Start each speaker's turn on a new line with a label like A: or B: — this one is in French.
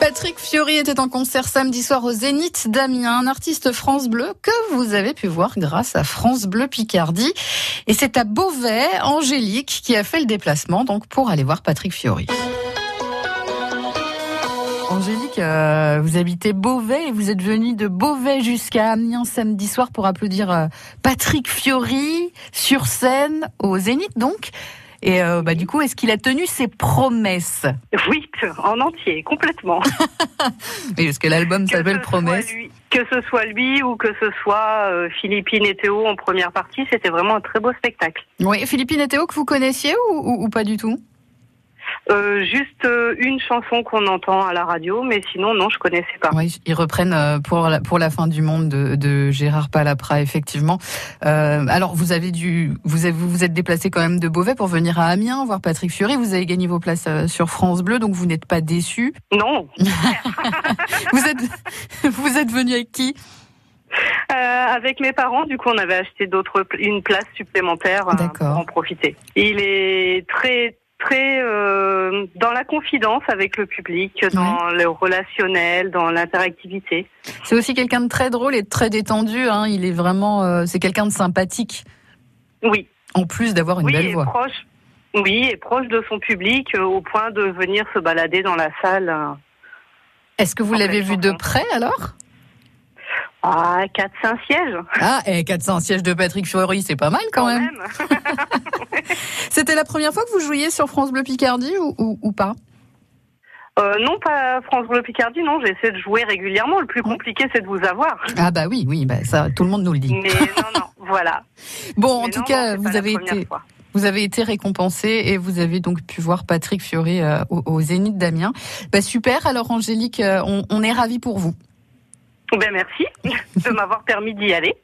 A: Patrick Fiori était en concert samedi soir au Zénith d'Amiens, un artiste France Bleu que vous avez pu voir grâce à France Bleu Picardie. Et c'est à Beauvais, Angélique, qui a fait le déplacement donc pour aller voir Patrick Fiori. Angélique, euh, vous habitez Beauvais et vous êtes venue de Beauvais jusqu'à Amiens samedi soir pour applaudir euh, Patrick Fiori sur scène au Zénith donc. Et euh, bah, du coup, est-ce qu'il a tenu ses promesses
B: Oui, en entier, complètement.
A: Oui, parce que l'album
B: Que
A: s'appelle
B: ce soit
A: Promesses.
B: lui- Que ce soit lui ou que ce soit euh, Philippine et Théo en première partie, c'était vraiment un très beau spectacle.
A: Oui, Philippine et Théo que vous connaissiez ou, ou- ou pas du tout
B: Euh, juste euh, une chanson qu'on entend à la radio, mais sinon, non, je connaissais pas.
A: Oui, ils reprennent euh, pour la, pour la fin du monde de, de Gérard Palapra, effectivement. Euh, alors, vous avez dû, vous avez- vous vous êtes déplacé quand même de Beauvais pour venir à Amiens voir Patrick Fury. Vous avez gagné vos places euh, sur France Bleu, donc vous n'êtes pas déçu.
B: Non.
A: Vous êtes, vous êtes venu avec qui
B: Euh, avec mes parents, du coup, on avait acheté d'autres, pl- une place supplémentaire euh, pour
A: D'accord.
B: en profiter. Il est très très euh, dans la confidence avec le public, dans le relationnel, dans l'interactivité.
A: C'est aussi quelqu'un de très drôle et de très détendu. Hein. Il est vraiment, euh, c'est quelqu'un de sympathique.
B: Oui.
A: En plus d'avoir une
B: oui,
A: belle
B: et
A: voix.
B: Proche, oui, et proche de son public euh, au point de venir se balader dans la salle euh,
A: Est-ce que vous
B: en
A: l'avez
B: pleine
A: vu de
B: chanson.
A: près alors
B: à 4-5 sièges.
A: Ah, et 400 sièges de Patrick Fury, c'est pas mal quand même. C'était la première fois que vous jouiez sur France Bleu Picardie ou, ou- ou pas
B: Euh, non, pas France Bleu Picardie, non, j'essaie de jouer régulièrement. Le plus compliqué, c'est de vous avoir.
A: Ah bah oui, oui, bah ça, tout le monde nous le dit.
B: Mais non, non, voilà.
A: Bon, en
B: Mm. Mais
A: tout
B: non,
A: cas,
B: non, c'est pas
A: vous
B: la
A: avez
B: première
A: été,
B: fois.
A: vous avez été récompensé et vous avez donc pu voir Patrick Fiori euh, au, au Zénith d'Amiens. Bah super. Alors Angélique, euh, on, on est ravis pour vous.
B: Ben, merci de m'avoir permis d'y aller.